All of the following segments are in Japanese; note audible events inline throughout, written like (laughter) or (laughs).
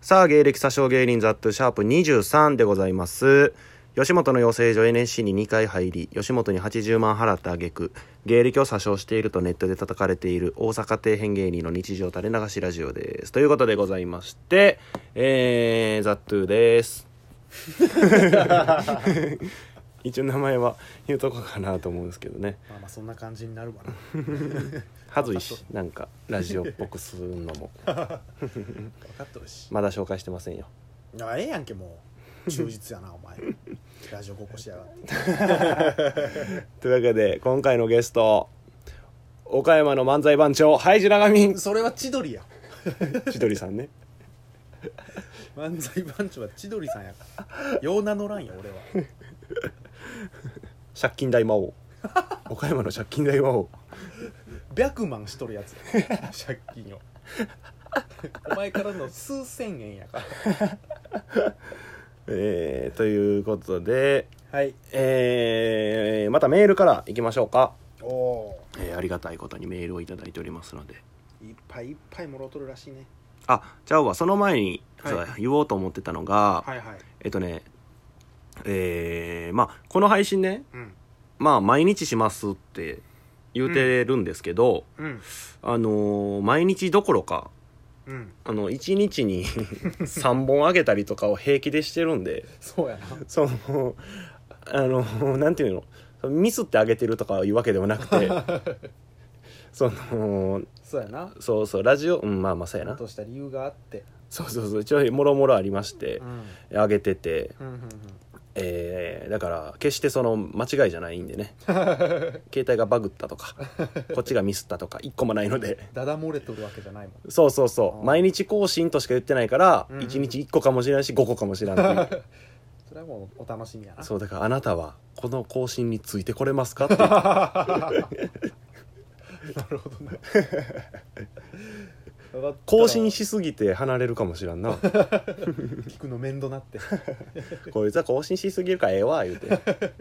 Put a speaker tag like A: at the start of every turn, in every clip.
A: さあ、芸歴詐称芸人ザットシャープ23でございます。吉本の養成所 NSC に2回入り、吉本に80万払った挙句、芸歴を詐称しているとネットで叩かれている大阪底辺芸人の日常垂れ流しラジオです。ということでございまして、えー、ザットゥーです。 (laughs) 一応名前は言うとこかなと思うんですけどね。
B: まあまあそんな感じになる (laughs) わな
A: はずいし、なんかラジオっぽくするのも、
B: 分かっとるし
A: まだ紹介してませんよ。
B: だからええやんけもう忠実やなお (laughs) 前ラジオごっこしやがって
A: というわけで今回のゲスト岡山の漫才番長ハイジ長見
B: それは千鳥や
A: 千鳥さんね
B: 漫才番長は千鳥さんやからよう名乗らんよ俺は
A: 借金大魔 (laughs) 王岡山の借金大魔王
B: 百万しとるやつや借金をお前からの数千円やから
A: えー、ということで
B: はい
A: えー、またメールからいきましょうか、
B: おお
A: えー、ありがたいことにメールをいただいておりますので
B: ーいっぱいいっぱいもろとるらしいね
A: あじゃあはその前に、
B: はい
A: そうだ言おうと思ってたのが、
B: はいはい
A: えっとねえー、まあこの配信ね
B: うん
A: まあ毎日しますって言うてるんですけど、
B: うん
A: あのー毎日どころか、
B: うん
A: あの、1日に (laughs) 3本あげたりとかを平気でしてるんで、
B: そうやな
A: その、あの、なんていうの、そのミスってあげてるとかいうわけではなくて、 (laughs) その、
B: そうやな
A: そうそう、ラジオ、うん、まあまあそうやな
B: 落。とした理由があって
A: そうそうそう、一応、もろもろありまして
B: う、ん
A: あげてて、
B: うんうんうん
A: えー、だから、決してその、間違いじゃないんでね、携帯がバグったと (laughs) か、こっちがミスったとか、一個もないので。
B: (laughs) ダダ漏れとるわけじゃないもん
A: そうそうそ
B: あ
A: う
B: ー
A: 毎日更新としか言ってないから、
B: うんうん
A: 1日1個かもしれないし5個かもしれないっていう
B: それはもうお楽しみやな (laughs)
A: そうだからあなたはこの更新についてこれますか (laughs) っていう
B: なるほどね分かった
A: 更新しすぎて離れるかもしらん (laughs) な
B: 聞くの面倒なって
A: こいつは更新しすぎるからええわ言うて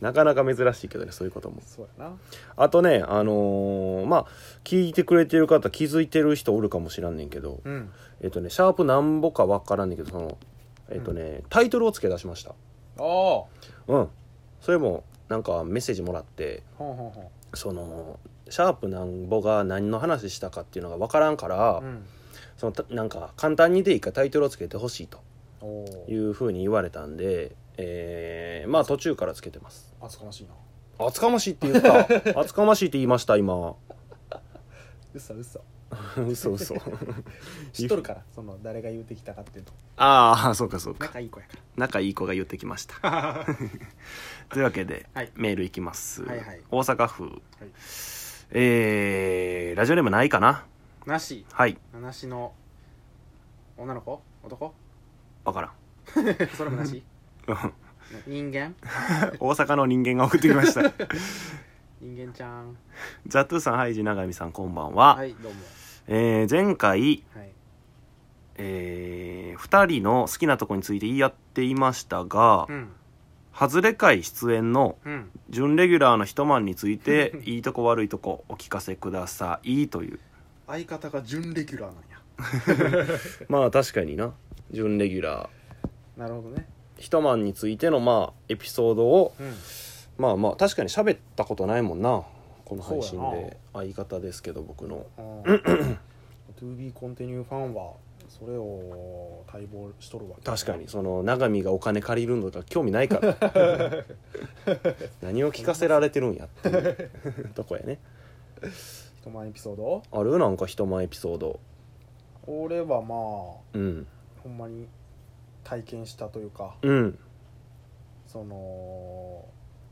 A: なかなか珍しいけどねそういうことも
B: そうやな
A: あとねあのーまあ聞いてくれてる方気づいてる人おるかもしらんねんけど
B: うん
A: えっとねシャープなんぼかわからんねんけどそのえっとね、タイトルを付け出しました
B: ああほ
A: うんそれもなんかメッセージもらって
B: んほんほ
A: そのシャープなんぼが何の話したかっていうのが分からんから、
B: んうん
A: そのたなんか簡単にでいいからタイトルをつけてほしいと
B: おお
A: いうふうに言われたんで、えーまあ途中からつけてます
B: 厚かましいな
A: 厚かましいって言った (laughs) 厚かましいって言いました今
B: うっさうっさ
A: 嘘嘘
B: 知っとるからその誰が言うてきたかっていうと
A: (laughs) ああそうかそうか
B: 仲いい子やか
A: 仲いい子が言ってきました
B: ら
A: というわけで、
B: はい
A: メールいきます、
B: はいはい
A: 大阪府、えー、ラジオネームないかな
B: (laughs) なし
A: はい
B: なしの女の子男 (laughs)
A: 分からん
B: それもなし
A: うん (laughs)
B: 人間
A: 大阪の人間が送ってき (laughs) ました
B: 人間ちゃん
A: ザトゥーさんハイジ永見さんこんばんは、
B: はいどうも
A: えー前回、
B: はい
A: え2人の好きなとこについて言い合っていましたが、
B: うん
A: ハズレ会出演の
B: うん
A: 準レギュラーの一晩について (laughs) いいとこ悪いとこお聞かせくださいという
B: 相方が準レギュラーなんや
A: まあ確かにな準レギュラー
B: なるほどね
A: 一晩についてのまあエピソードを
B: うん
A: まあまあ確かに喋ったことないもんなこの配信
B: そうやな
A: で相方ですけど僕の (coughs)
B: 2B コンティニューファンはそれを待望しとるわけ
A: 確かにその永見がお金借りるのとか興味ないから (laughs) 何を聞かせられてるんやっていうとこやね
B: 人前エピソード
A: あるなんか人前エピソード
B: 俺はま
A: う
B: あ
A: ん
B: ほんまに体験したというか
A: うん
B: その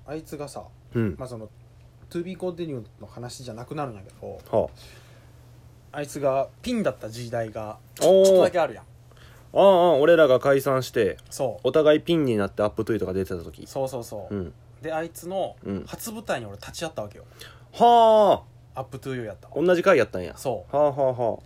B: あいつがさ
A: うん
B: まあその 2B コンティニューの話じゃなくなるんやけど
A: は
B: あいつがピンだった時代が
A: あ
B: ちょ
A: おー
B: ちょっとだけあるやん
A: あああ俺らが解散して
B: そう
A: お互いピンになってアップトゥイとか出てた時
B: そうそうそう、
A: うん
B: であいつの
A: うん
B: 初舞台に俺立ち会ったわけよ
A: は
B: アップトゥーユーやった
A: あ同じ回やったんや
B: そ
A: はあはあはあ
B: う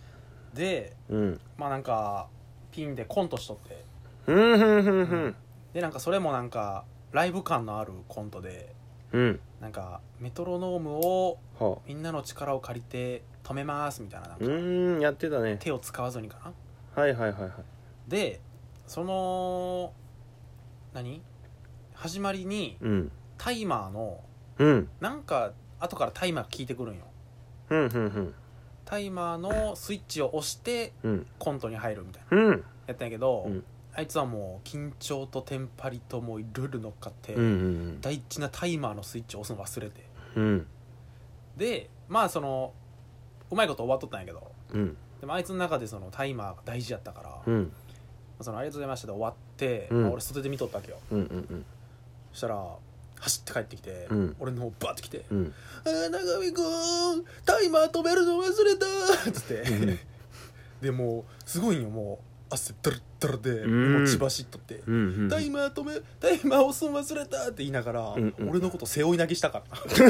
B: で
A: うん
B: まあなんかピンでコントしとって
A: うんふんふんふん
B: でなんかそれもなんかライブ感のあるコントで
A: うん
B: なんかメトロノームを
A: はあ
B: みんなの力を借りて止めますみたいななん
A: う
B: か
A: ーんやってたね
B: 手を使わずにかな
A: はいはいはいはい
B: でその何始まりに
A: うん
B: タイマーの
A: うん
B: なんか後からタイマーが効いてくるんよ
A: うんうん
B: タイマーのスイッチを押して
A: うん
B: コントに入るみたいな
A: うん
B: やったんやけど、
A: うん
B: あいつはもう緊張とテンパりともういろいろ乗っかって、
A: うんうん
B: 大事なタイマーのスイッチを押すの忘れて
A: うん
B: でまあそのうまいこと終わっとったんやけど
A: うん
B: でもあいつの中でそのタイマーが大事やったから「
A: うん
B: そのありがとうございました」で終わって、
A: うん
B: まあ俺外で見とったわけよ
A: うんうん
B: そしたら走って帰ってきて、
A: うん
B: 俺の方バーって来て
A: うん
B: 「あー長見くんタイマー止めるの忘れた!」っつって、
A: うん
B: でもうすごいんよもう汗だるだるで、
A: うん
B: もう血走っとって、
A: うん
B: タイマー止めタイマー押すの忘れたって言いながら、
A: んうん
B: 俺のこと背負い投げしたか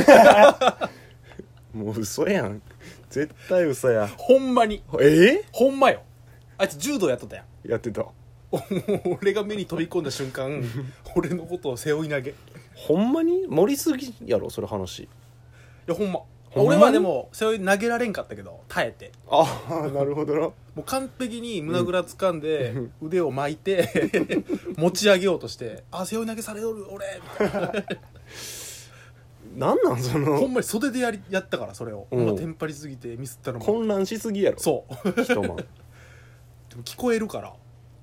B: ら (laughs)
A: もう嘘やん絶対嘘や
B: ほんまに
A: え
B: ほんまよあいつ柔道やっとったやん (laughs)
A: えやってた
B: おもう俺が目に飛び込んだ瞬間俺のことを背負い投げい
A: ほんまに盛りすぎやろそれ話
B: やほんま
A: ほんまに
B: 俺はでも背負い投げられんかったけど耐えて
A: ああなるほどな
B: もう完璧に胸ぐら掴んで、腕を巻いて (laughs) 持ち上げようとして「あ背負い投げされおる
A: (laughs)
B: 俺」みたいな
A: なんなんそ
B: ほ
A: の
B: んまに袖でやりやったからそれを、
A: うん
B: ほんまテンパりすぎてミスったのも
A: 混乱しすぎやろ
B: そう (laughs)
A: 一 (laughs) 晩
B: でも聞こえるから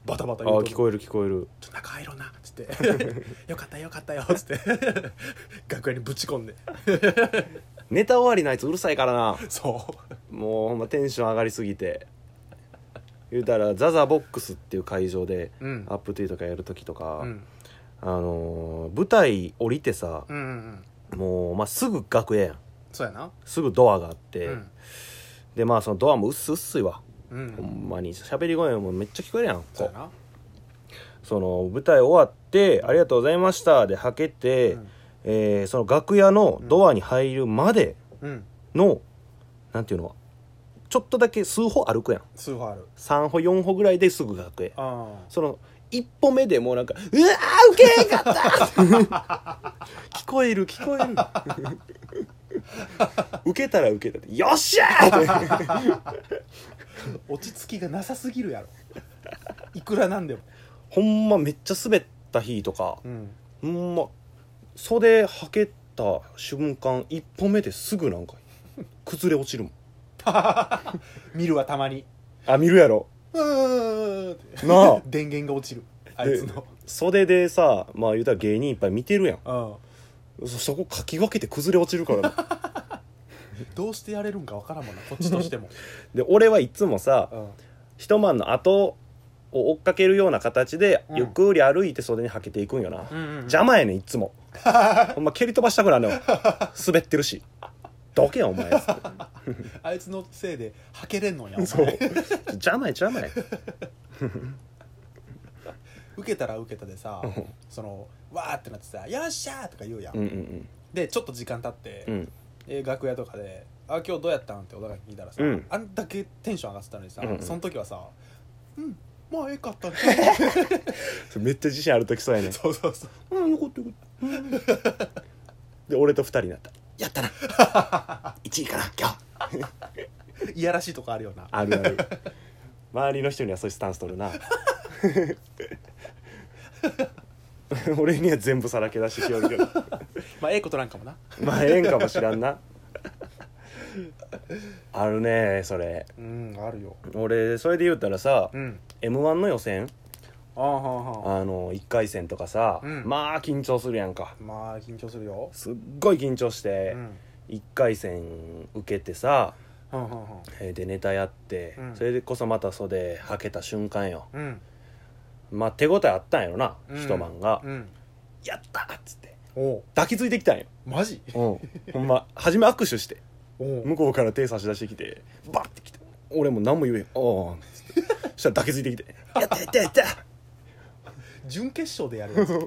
B: バタバタ
A: あ
B: 言
A: ー
B: うと
A: 聞こえる聞こえる
B: ちょっと中入ろうな」っつって (laughs) 「よかったよかったよ」っつって (laughs) 楽屋にぶち込んで
A: ネタ終わりのあいつうるさいからな
B: そう
A: もうほんまテンション上がりすぎて言うたらザザボックスっていう会場で
B: うん
A: アップトゥーとかやる時とか、
B: うん
A: あのー舞台降りてさ
B: うんうんうん
A: もう、まあ、すぐ楽屋やん
B: そうやな
A: すぐドアがあって、
B: うん
A: でまあそのドアもうっすうっすいわ、
B: うん
A: ほんまに喋り声もめっちゃ聞こえるやん
B: そうやな
A: その舞台終わって「ありがとうございました」ではけて、
B: うん
A: えーその楽屋のドアに入るまで
B: うん
A: の、なんていうのちょっとだけ数歩歩くやん
B: 数歩ある
A: 3歩4歩ぐらいですぐ楽屋
B: あ
A: その一歩目でもうなんか「うわーウケーかった!」
B: (laughs)
A: 聞こえる聞こえる受けたら受けたって「よっしゃー!」っ
B: (laughs)
A: て
B: あ落ち着きがなさすぎるやろいくらなんでも
A: ほんまめっちゃ滑った日とか
B: うん
A: ほんま袖はけた瞬間一歩目ですぐなんか崩れ落ちるもん
B: 見るわたまに
A: (laughs) あ見るやろ
B: うーんっ
A: (laughs)
B: て
A: なあ
B: 電源が落ちるあいつの
A: 袖でさまあ言うたら芸人いっぱい見てるやん
B: う
A: そそこかき分けて崩れ落ちるから (laughs) な
B: んどうしてやれるんかわからんもんなこっちとし
A: (laughs)
B: ても
A: で俺はいつもさ
B: うん
A: 一晩の後を追っかけるような形で、
B: うん
A: ゆっくり歩いて袖にはけていくんよな、
B: うんうん
A: 邪魔やねんいつ (laughs) もほんま蹴り飛ばしたくなるのよ滑ってるしどけよお前つって
B: あいつのせいではけれんのやお前
A: (laughs) そう邪魔や邪魔や
B: 受けたら受けたでさ
A: うん
B: そのわーってなってさ「よっしゃ!」とか言うやん、
A: うんうん
B: でちょっと時間経って、
A: うんうん
B: えー楽屋とかで「あ今日どうやったん?」ってお互い聞いたらさ、
A: うん
B: あんだけテンション上がってたのにさ、
A: うんうん
B: その時はさ「うんまあええかったね」
A: それめっちゃ自信ある時そう (laughs) やねん
B: そうそうそう
A: うんよかったよかったうんで俺と二人になったやったな (laughs) 1位かな今日
B: いやらしいとこあるよな
A: あるある周りの人にはそういうスタンス取るな (laughs) 俺には全部さらけ出してきよるけど
B: まあええことなんかもな
A: まあええんかもしらんなあるねそれ
B: うんあるよ
A: 俺それで言うたらさ、
B: うん
A: m 1の予選
B: ああはあはあ
A: あの1回戦とかさ、
B: うん
A: まあ緊張するやんか
B: まあ緊張するよ
A: すっごい緊張し
B: う
A: て、
B: ん
A: 1回戦受けてさ
B: はあはあは
A: えーでネタやって、
B: うん
A: それでこそまた袖はけた瞬間よ
B: あうん
A: まあ手応えあったんやろな、
B: うん
A: 一晩が、
B: うん
A: やったーっつって
B: おう
A: 抱きついてきたんよ、
B: マジ
A: ほんま初め握手して
B: おう
A: 向こうから手差し出してきてバッてきて俺も何も言えん「おーっつってそしたら抱きついてきて「やったやったやった!」
B: 準決勝でやるやつ
A: そ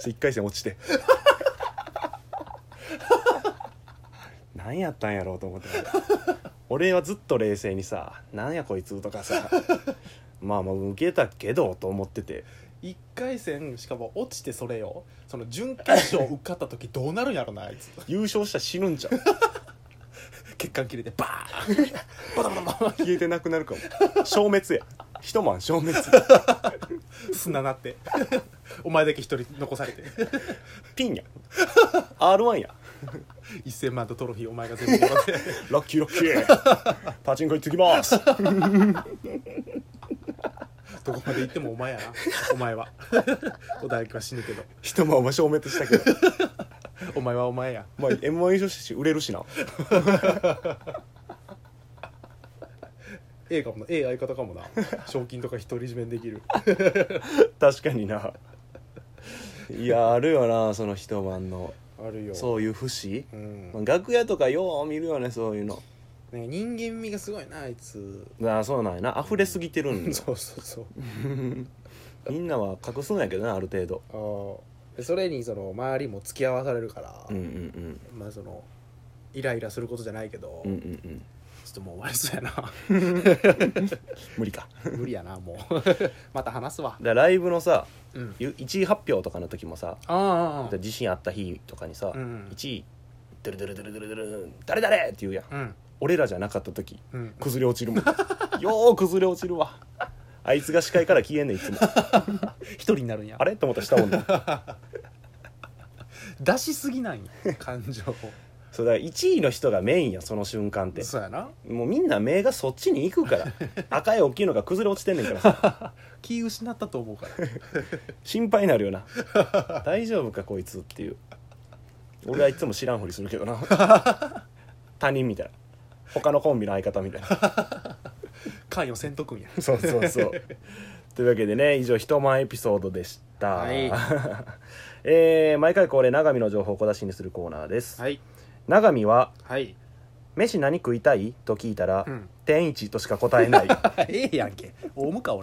A: して1回戦落ちて (laughs) 何やったんやろうと思って俺はずっと冷静にさ「なんやこいつ」とかさまあまあ受けたけどと思ってて
B: 一回戦しかも落ちてそれよその準決勝受かった時どうなるんやろなあいつ
A: 優勝したら死ぬんちゃう
B: 血管切れてバーンバタバタバタ
A: 消えてなくなるかも消滅や一晩消滅
B: すんななって (laughs) お前だけ一人残されて
A: ピンや R1 や
B: 1000万とトロフィーお前が全部もら
A: (laughs)
B: って
A: ラッキーラッキーパチンコ行ってきます
B: どこまで行ってもお前やなお
A: (laughs)
B: 前はおだやきは死ぬけど
A: 一晩は消滅したけど
B: お前はお前や
A: まあ M1 優勝したし売れるしな
B: ええかもなええ相方かもな賞金とか独り占めできる
A: 確かにないやあるよなその一晩の
B: あるよ
A: そういう節、
B: うん
A: まあ楽屋とかよう見るよねそういうの
B: ね人間味がすごいなあいつ
A: ああそうなんやな溢れすぎてるんよ
B: そうそうそう
A: みんなは隠すんやけどなある程度
B: ああでそれにその周りも付き合わされるから、
A: うんうん
B: まあそのイライラすることじゃないけど、
A: うんうんうん
B: ちょ
A: うん
B: っともう終わりそう
A: (laughs)
B: やな
A: 無理か
B: 無理やな
A: (laughs)
B: もうまた話すわ
A: だからライブのさ
B: うん
A: 1位発表とかの時もさ
B: あ
A: 自信あった日とかにさ、
B: うん
A: 1位「ドゥルドゥルドゥルドゥルドゥルン誰誰!」って言うやん、
B: あうん
A: 俺らじゃなかった時
B: うん
A: 崩れ落ちるもん (laughs) よう崩れ落ちるわあいつが視界から消えんねんいつも
B: 一人になるんや
A: あれと思ったら下おんねん
B: 出しすぎなんや感 (laughs) 情を
A: そうだから1位の人がメインやその瞬間って
B: そうやな
A: もうみんな目がそっちに行くから赤い大きいのが崩れ落ちてんねんからさ
B: 気失ったと思うから (laughs)
A: 心配になるよな大丈夫かこいつっていう俺はいつも知らんふりするけどな他人みたいな他のコンビの相方みたいな
B: 関与せんとくんや
A: そうそうそう。 (laughs) というわけでね、以上、一晩エピソードでした。
B: はい
A: (laughs) えー毎回恒例、長見の情報を小出しにするコーナーです。
B: はい
A: 長見は、
B: (laughs) はい
A: 飯何食いたいと聞いたら、
B: うん
A: 天一としか答えない。
B: ええやんけオウムか俺